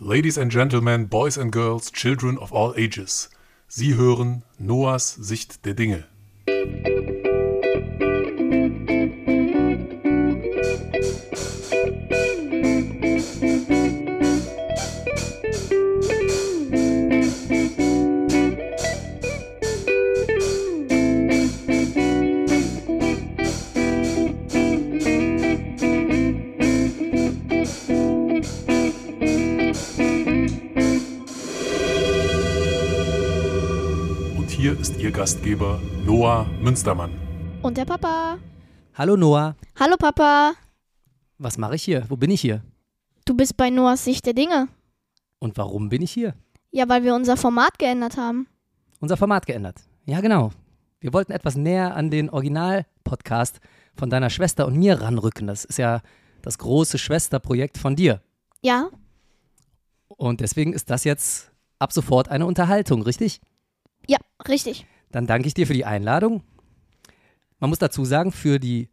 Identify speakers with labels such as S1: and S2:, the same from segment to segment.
S1: Ladies and Gentlemen, Boys and Girls, Children of all ages. Sie hören Noahs Sicht der Dinge. Und hier ist Ihr Gastgeber Noah Münstermann.
S2: Und der Papa.
S3: Hallo Noah,
S2: Hallo Papa.
S3: was mache ich hier? Wo bin ich hier?
S2: Du bist bei Noahs Sicht der Dinge.
S3: Und warum bin ich hier?
S2: Ja, weil wir unser Format geändert haben.
S3: Unser Format geändert. Ja, genau. Wir wollten etwas näher an den Original-Podcast von deiner Schwester und mir ranrücken. Das ist ja das große Schwesterprojekt von dir.
S2: Ja,
S3: Und deswegen ist das jetzt ab sofort eine Unterhaltung, richtig?
S2: ja, richtig.
S3: Dann danke ich dir für die Einladung. Man muss dazu sagen, für die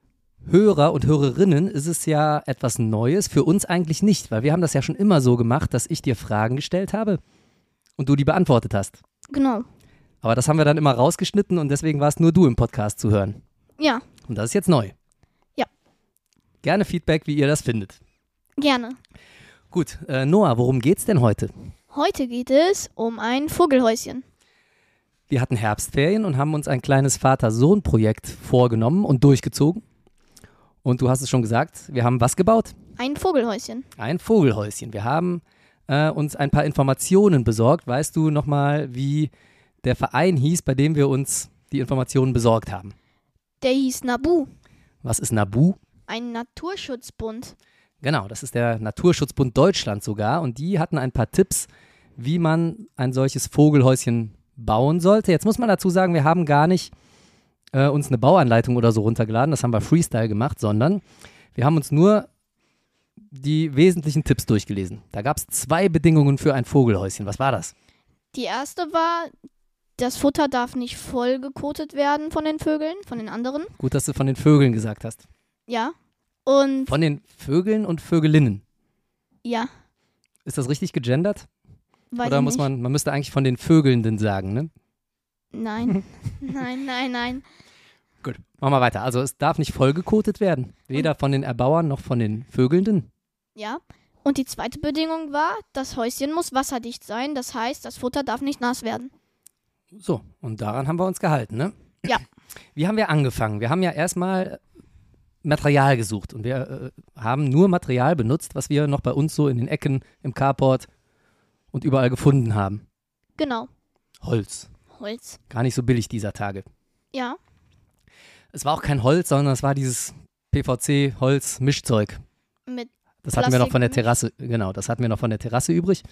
S3: Hörer und Hörerinnen ist es ja etwas Neues, für uns eigentlich nicht, weil wir haben das ja schon immer so gemacht, dass ich dir Fragen gestellt habe und du die beantwortet hast.
S2: Genau.
S3: Aber das haben wir dann immer rausgeschnitten und deswegen warst nur du im Podcast zu hören.
S2: Ja,
S3: Und das ist jetzt neu.
S2: Ja.
S3: Gerne Feedback, wie ihr das findet.
S2: gerne.
S3: Gut, äh, Noah, worum geht's denn heute?
S2: Heute geht es um ein Vogelhäuschen.
S3: Wir hatten Herbstferien und haben uns ein kleines Vater-Sohn-Projekt vorgenommen und durchgezogen. Und du hast es schon gesagt, wir haben was gebaut?
S2: Ein Vogelhäuschen.
S3: Ein Vogelhäuschen. Wir haben äh, uns ein paar Informationen besorgt. Weißt du nochmal, wie der Verein hieß, bei dem wir uns die Informationen besorgt haben?
S2: Der hieß Nabu,
S3: Was ist Nabu?
S2: ein Naturschutzbund.
S3: Genau, das ist der Naturschutzbund Deutschland sogar. Und die hatten ein paar Tipps, wie man ein solches Vogelhäuschen bauen sollte. Jetzt muss man dazu sagen, wir haben gar nicht äh, uns eine Bauanleitung oder so runtergeladen. Das haben wir Freestyle gemacht, sondern wir haben uns nur die wesentlichen Tipps durchgelesen. Da gab es zwei Bedingungen für ein Vogelhäuschen. Was war das?
S2: Die erste war, das Futter darf nicht voll gekotet werden von den Vögeln, von den anderen.
S3: Gut, dass du von den Vögeln gesagt hast.
S2: Ja. Und
S3: Von den Vögeln und Vögelinnen.
S2: ja,
S3: Ist das richtig gegendert?
S2: weiß
S3: oder
S2: ich
S3: muss
S2: nicht.
S3: man, man müsste eigentlich von den Vögelnden sagen, ne?
S2: Nein, nein, nein, nein.
S3: Gut, machen wir weiter. Also es darf nicht vollgekotet werden. Weder von den Erbauern noch von den Vögelnden.
S2: Ja. Und die zweite Bedingung war, das Häuschen muss wasserdicht sein. Das heißt, das Futter darf nicht nass werden.
S3: So, und daran haben wir uns gehalten, ne?
S2: Ja.
S3: Wie haben wir angefangen? Wir haben ja erstmal Material gesucht und wir äh, haben nur Material benutzt, was wir noch bei uns so in den Ecken, im Carport und überall gefunden haben.
S2: Genau.
S3: Holz.
S2: Holz.
S3: Gar nicht so billig dieser Tage.
S2: Ja.
S3: Es war auch kein Holz, sondern es war dieses PVC-Holz-Mischzeug.
S2: Mit
S3: Das hatten wir noch von der
S2: Plastikmisch.
S3: Terrasse, genau, das hatten wir noch von der Terrasse übrig.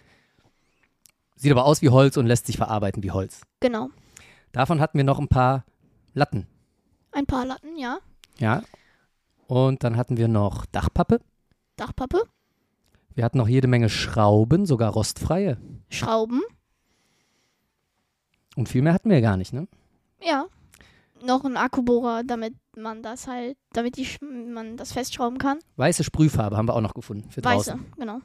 S3: Sieht aber aus wie Holz und lässt sich verarbeiten wie Holz.
S2: genau.
S3: Davon hatten wir noch ein paar Latten,
S2: Ein paar Latten, ja.
S3: ja. Und dann hatten wir noch Dachpappe.
S2: Dachpappe,
S3: Wir hatten noch jede Menge Schrauben, sogar rostfreie.
S2: Schrauben,
S3: Und viel mehr hatten wir gar nicht, ne?
S2: ja. Noch ein Akkubohrer, damit man das halt, damit die, Sch- man das festschrauben kann.
S3: Weiße Sprühfarbe haben wir auch noch gefunden für draußen.
S2: Weiße, genau.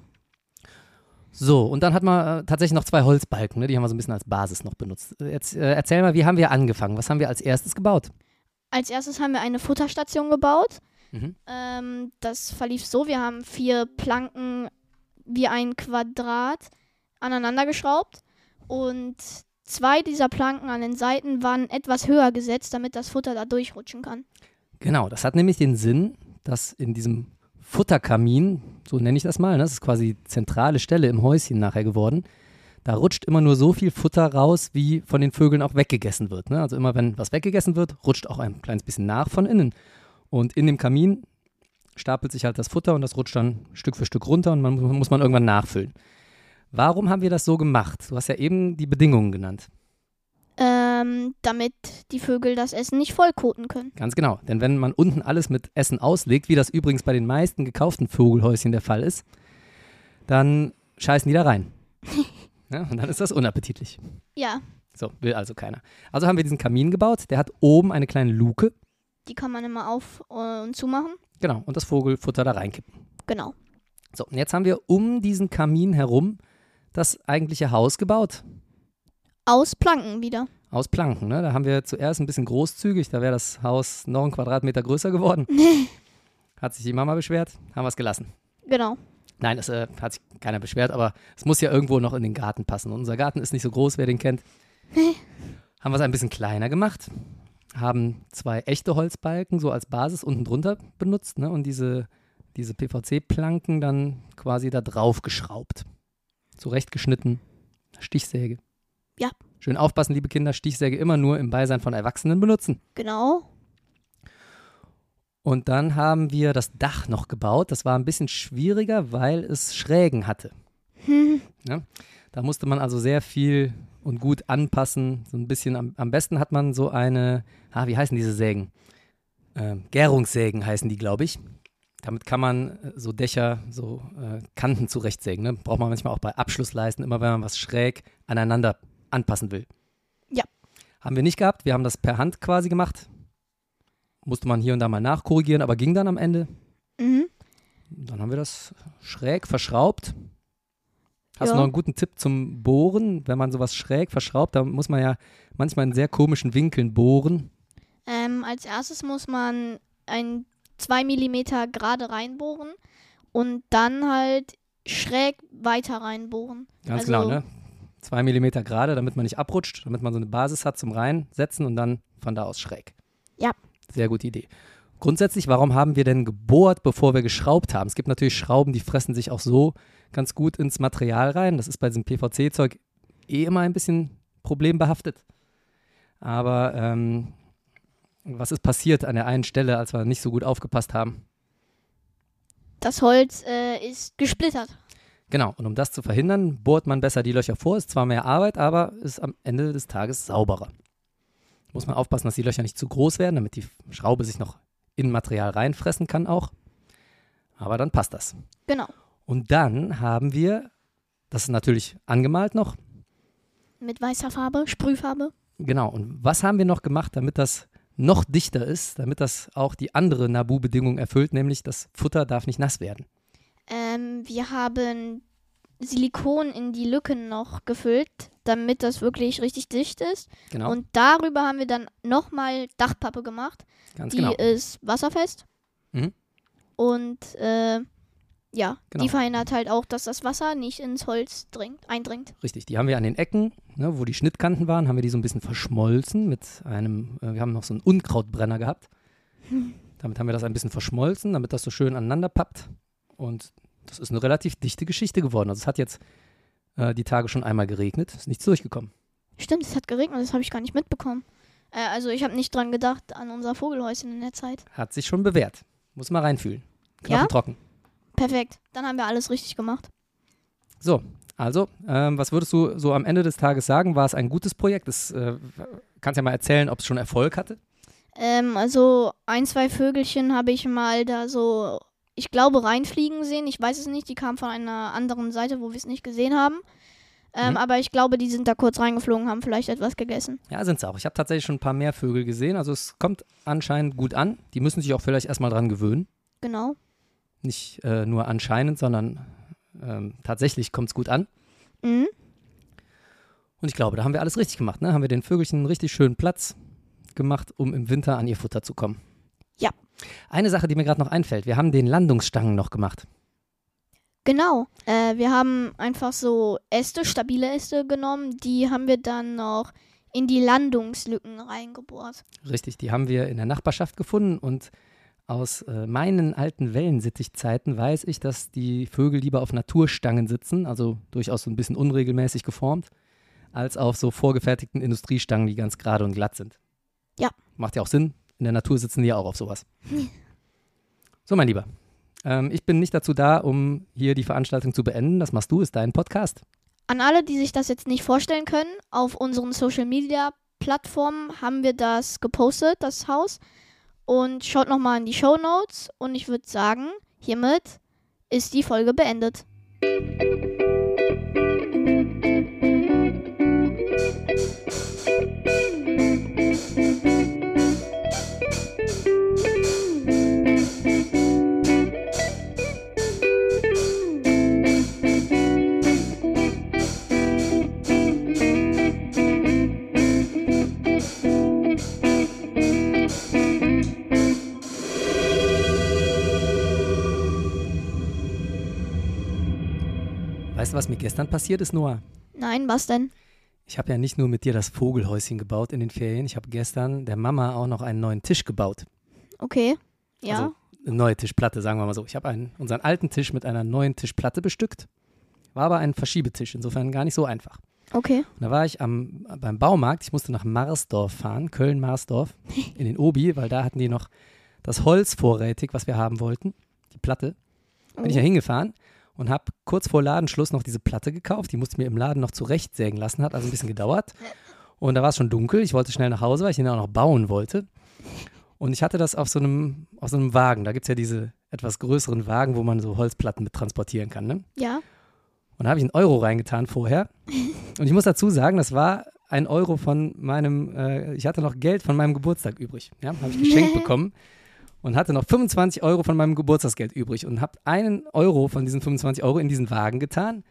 S3: So, und dann hatten wir äh, tatsächlich noch zwei Holzbalken, ne? Die haben wir so ein bisschen als Basis noch benutzt. Äh, Jetzt äh, erzähl mal, wie haben wir angefangen? Was haben wir als erstes gebaut?
S2: Als erstes haben wir eine Futterstation gebaut.
S3: Mhm.
S2: Ähm, das verlief so, wir haben vier Planken wie ein Quadrat aneinander geschraubt und zwei dieser Planken an den Seiten waren etwas höher gesetzt, damit das Futter da durchrutschen kann.
S3: Genau, das hat nämlich den Sinn, dass in diesem Futterkamin, so nenne ich das mal, ne, das ist quasi die zentrale Stelle im Häuschen nachher geworden, da rutscht immer nur so viel Futter raus, wie von den Vögeln auch weggegessen wird. Ne? Also immer wenn was weggegessen wird, rutscht auch ein kleines bisschen nach von innen. Und in dem Kamin stapelt sich halt das Futter und das rutscht dann Stück für Stück runter und man mu- muss man irgendwann nachfüllen. Warum haben wir das so gemacht? Du hast ja eben die Bedingungen genannt.
S2: Ähm, damit die Vögel das Essen nicht vollkoten können.
S3: Ganz genau. Denn wenn man unten alles mit Essen auslegt, wie das übrigens bei den meisten gekauften Vogelhäuschen der Fall ist, dann scheißen die da rein. ja, und dann ist das unappetitlich.
S2: Ja,
S3: So, will also keiner. Also haben wir diesen Kamin gebaut. Der hat oben eine kleine Luke.
S2: die kann man immer auf äh, und zumachen.
S3: Genau. Und das Vogelfutter da reinkippen.
S2: Genau.
S3: So, und jetzt haben wir um diesen Kamin herum das eigentliche Haus gebaut?
S2: Aus Planken wieder.
S3: Aus Planken, ne? Da haben wir zuerst ein bisschen großzügig, da wäre das Haus noch einen Quadratmeter größer geworden. Hat sich die Mama beschwert, haben wir es gelassen.
S2: Genau.
S3: Nein, es äh, hat sich keiner beschwert, aber es muss ja irgendwo noch in den Garten passen. Und unser Garten ist nicht so groß, wer den kennt. haben wir es ein bisschen kleiner gemacht, haben zwei echte Holzbalken so als Basis unten drunter benutzt ne? und diese, diese PVC-Planken dann quasi da drauf geschraubt. Zurechtgeschnitten, Stichsäge.
S2: Ja.
S3: Schön aufpassen, liebe Kinder, Stichsäge immer nur im Beisein von Erwachsenen benutzen.
S2: Genau.
S3: Und dann haben wir das Dach noch gebaut. Das war ein bisschen schwieriger, weil es Schrägen hatte. Ja? Da musste man also sehr viel und gut anpassen. So ein bisschen am, am besten hat man so eine, ah, wie heißen diese Sägen? Ähm, Gärungssägen heißen die, glaube ich. Damit kann man äh, so Dächer, so äh, Kanten zurechtsägen. Ne? Braucht man manchmal auch bei Abschlussleisten, immer wenn man was schräg aneinander anpassen will.
S2: Ja.
S3: Haben wir nicht gehabt. Wir haben das per Hand quasi gemacht. Musste man hier und da mal nachkorrigieren, aber ging dann am Ende.
S2: Mhm.
S3: Dann haben wir das schräg verschraubt. Hast du
S2: Ja.
S3: noch einen guten Tipp zum Bohren? Wenn man sowas schräg verschraubt, da muss man ja manchmal in sehr komischen Winkeln bohren.
S2: Ähm, als erstes muss man ein 2 mm gerade reinbohren und dann halt schräg weiter reinbohren.
S3: Ganz
S2: Also-
S3: genau, ne? Zwei Millimeter gerade, damit man nicht abrutscht, damit man so eine Basis hat zum Reinsetzen und dann von da aus schräg.
S2: Ja.
S3: Sehr gute Idee. Grundsätzlich, warum haben wir denn gebohrt, bevor wir geschraubt haben? Es gibt natürlich Schrauben, die fressen sich auch so ganz gut ins Material rein. Das ist bei diesem PVC-Zeug eh immer ein bisschen problembehaftet. Aber ähm, was ist passiert an der einen Stelle, als wir nicht so gut aufgepasst haben?
S2: Das Holz äh, ist gesplittert.
S3: Genau, und um das zu verhindern, bohrt man besser die Löcher vor. Ist zwar mehr Arbeit, aber ist am Ende des Tages sauberer. Muss man aufpassen, dass die Löcher nicht zu groß werden, damit die Schraube sich noch in Material reinfressen kann auch. Aber dann passt das.
S2: Genau.
S3: Und dann haben wir, das ist natürlich angemalt noch,
S2: Mit weißer Farbe, Sprühfarbe.
S3: genau. Und was haben wir noch gemacht, damit das noch dichter ist, damit das auch die andere Nabu-Bedingung erfüllt, nämlich das Futter darf nicht nass werden.
S2: Ähm, wir haben Silikon in die Lücken noch gefüllt, damit das wirklich richtig dicht ist.
S3: Genau,
S2: Und darüber haben wir dann nochmal Dachpappe gemacht.
S3: ganz
S2: Die
S3: genau.
S2: ist wasserfest.
S3: Mhm.
S2: Und äh, ja,
S3: Genau.
S2: die verhindert halt auch, dass das Wasser nicht ins Holz dringt, eindringt.
S3: Richtig, die haben wir an den Ecken, ne, wo die Schnittkanten waren, haben wir die so ein bisschen verschmolzen mit einem, äh, wir haben noch so einen Unkrautbrenner gehabt. Damit haben wir das ein bisschen verschmolzen, damit das so schön aneinander pappt. Und das ist eine relativ dichte Geschichte geworden. Also es hat jetzt äh, die Tage schon einmal geregnet, ist nichts durchgekommen.
S2: Stimmt, es hat geregnet, das habe ich gar nicht mitbekommen. Äh, also ich habe nicht dran gedacht, an unser Vogelhäuschen in der Zeit.
S3: Hat sich schon bewährt. Muss mal reinfühlen.
S2: Ja?
S3: Knochentrocken.
S2: Perfekt, dann haben wir alles richtig gemacht.
S3: So, also, ähm, was würdest du so am Ende des Tages sagen? War es ein gutes Projekt? Das, äh, kannst ja mal erzählen, ob es schon Erfolg hatte.
S2: Ähm, also ein, zwei Vögelchen habe ich mal da so, ich glaube, reinfliegen sehen. Ich weiß es nicht, die kamen von einer anderen Seite, wo wir es nicht gesehen haben. Ähm,
S3: Mhm.
S2: Aber ich glaube, die sind da kurz reingeflogen, haben vielleicht etwas gegessen.
S3: Ja, sind es auch. Ich habe tatsächlich schon ein paar mehr Vögel gesehen. Also es kommt anscheinend gut an. Die müssen sich auch vielleicht erstmal dran gewöhnen.
S2: Genau.
S3: Nicht äh, nur anscheinend, sondern ähm, tatsächlich kommt es gut an.
S2: Mhm.
S3: Und ich glaube, da haben wir alles richtig gemacht. Ne? Haben wir den Vögelchen einen richtig schönen Platz gemacht, um im Winter an ihr Futter zu kommen.
S2: Ja.
S3: Eine Sache, die mir gerade noch einfällt. Wir haben den Landungsstangen noch gemacht.
S2: Genau. Äh, wir haben einfach so Äste, stabile Äste genommen. Die haben wir dann noch in die Landungslücken reingebohrt.
S3: Richtig, die haben wir in der Nachbarschaft gefunden und aus äh, meinen alten Wellensittichzeiten weiß ich, dass die Vögel lieber auf Naturstangen sitzen, also durchaus so ein bisschen unregelmäßig geformt, als auf so vorgefertigten Industriestangen, die ganz gerade und glatt sind.
S2: Ja.
S3: Macht ja auch Sinn. In der Natur sitzen die ja auch auf sowas. so, mein Lieber. Ähm, ich bin nicht dazu da, um hier die Veranstaltung zu beenden. Das machst du, ist dein Podcast.
S2: An alle, die sich das jetzt nicht vorstellen können, auf unseren Social Media Plattformen haben wir das gepostet, das Haus. Und schaut nochmal in die Show Notes. Und ich würde sagen, hiermit ist die Folge beendet.
S3: Weißt du, was mir gestern passiert ist, Noah?
S2: Nein, was denn?
S3: Ich habe ja nicht nur mit dir das Vogelhäuschen gebaut in den Ferien, ich habe gestern der Mama auch noch einen neuen Tisch gebaut.
S2: Okay. Ja.
S3: Also eine neue Tischplatte, sagen wir mal so. Ich habe einen, unseren alten Tisch mit einer neuen Tischplatte bestückt. War aber ein Verschiebetisch, insofern gar nicht so einfach.
S2: okay.
S3: Und da war ich am, beim Baumarkt, ich musste nach Marsdorf fahren, Köln-Marsdorf, in den Obi, weil da hatten die noch das Holz vorrätig, was wir haben wollten, die Platte. Bin ich ja hingefahren und habe kurz vor Ladenschluss noch diese Platte gekauft, die musste ich mir im Laden noch zurechtsägen lassen, hat also ein bisschen gedauert. Und da war es schon dunkel, ich wollte schnell nach Hause, weil ich den auch noch bauen wollte. Und ich hatte das auf so einem, auf so einem Wagen, da gibt es ja diese etwas größeren Wagen, wo man so Holzplatten mit transportieren kann, ne?
S2: Ja.
S3: Und da habe ich einen Euro reingetan vorher. Und ich muss dazu sagen, das war ein Euro von meinem, äh, ich hatte noch Geld von meinem Geburtstag übrig. Ja, habe ich geschenkt bekommen und hatte noch 25 Euro von meinem Geburtstagsgeld übrig und habe einen Euro von diesen 25 Euro in diesen Wagen getan.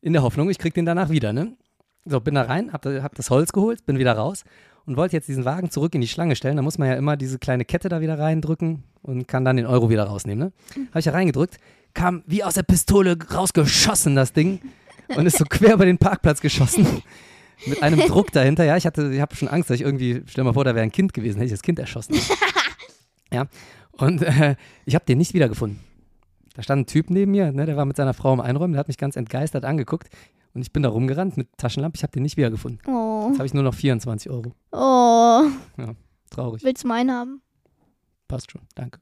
S3: In der Hoffnung, ich krieg den danach wieder, ne? So, bin da rein, hab, da- hab das Holz geholt, bin wieder raus und wollte jetzt diesen Wagen zurück in die Schlange stellen. Da muss man ja immer diese kleine Kette da wieder reindrücken und kann dann den Euro wieder rausnehmen, ne? Habe ich ja reingedrückt, kam wie aus der Pistole rausgeschossen, das Ding, und ist so quer über den Parkplatz geschossen. Mit einem Druck dahinter, ja, ich hatte, ich habe schon Angst, dass ich irgendwie, stell mal vor, da wäre ein Kind gewesen, hätte ich das Kind erschossen. Ja. Und äh, ich habe den nicht wiedergefunden. Da stand ein Typ neben mir, ne, der war mit seiner Frau im Einräumen, der hat mich ganz entgeistert angeguckt und ich bin da rumgerannt mit Taschenlampe, ich habe den nicht wiedergefunden.
S2: Oh.
S3: Jetzt habe ich nur noch 24 Euro.
S2: Oh.
S3: Traurig.
S2: Willst du meinen haben?
S3: Passt schon. Danke.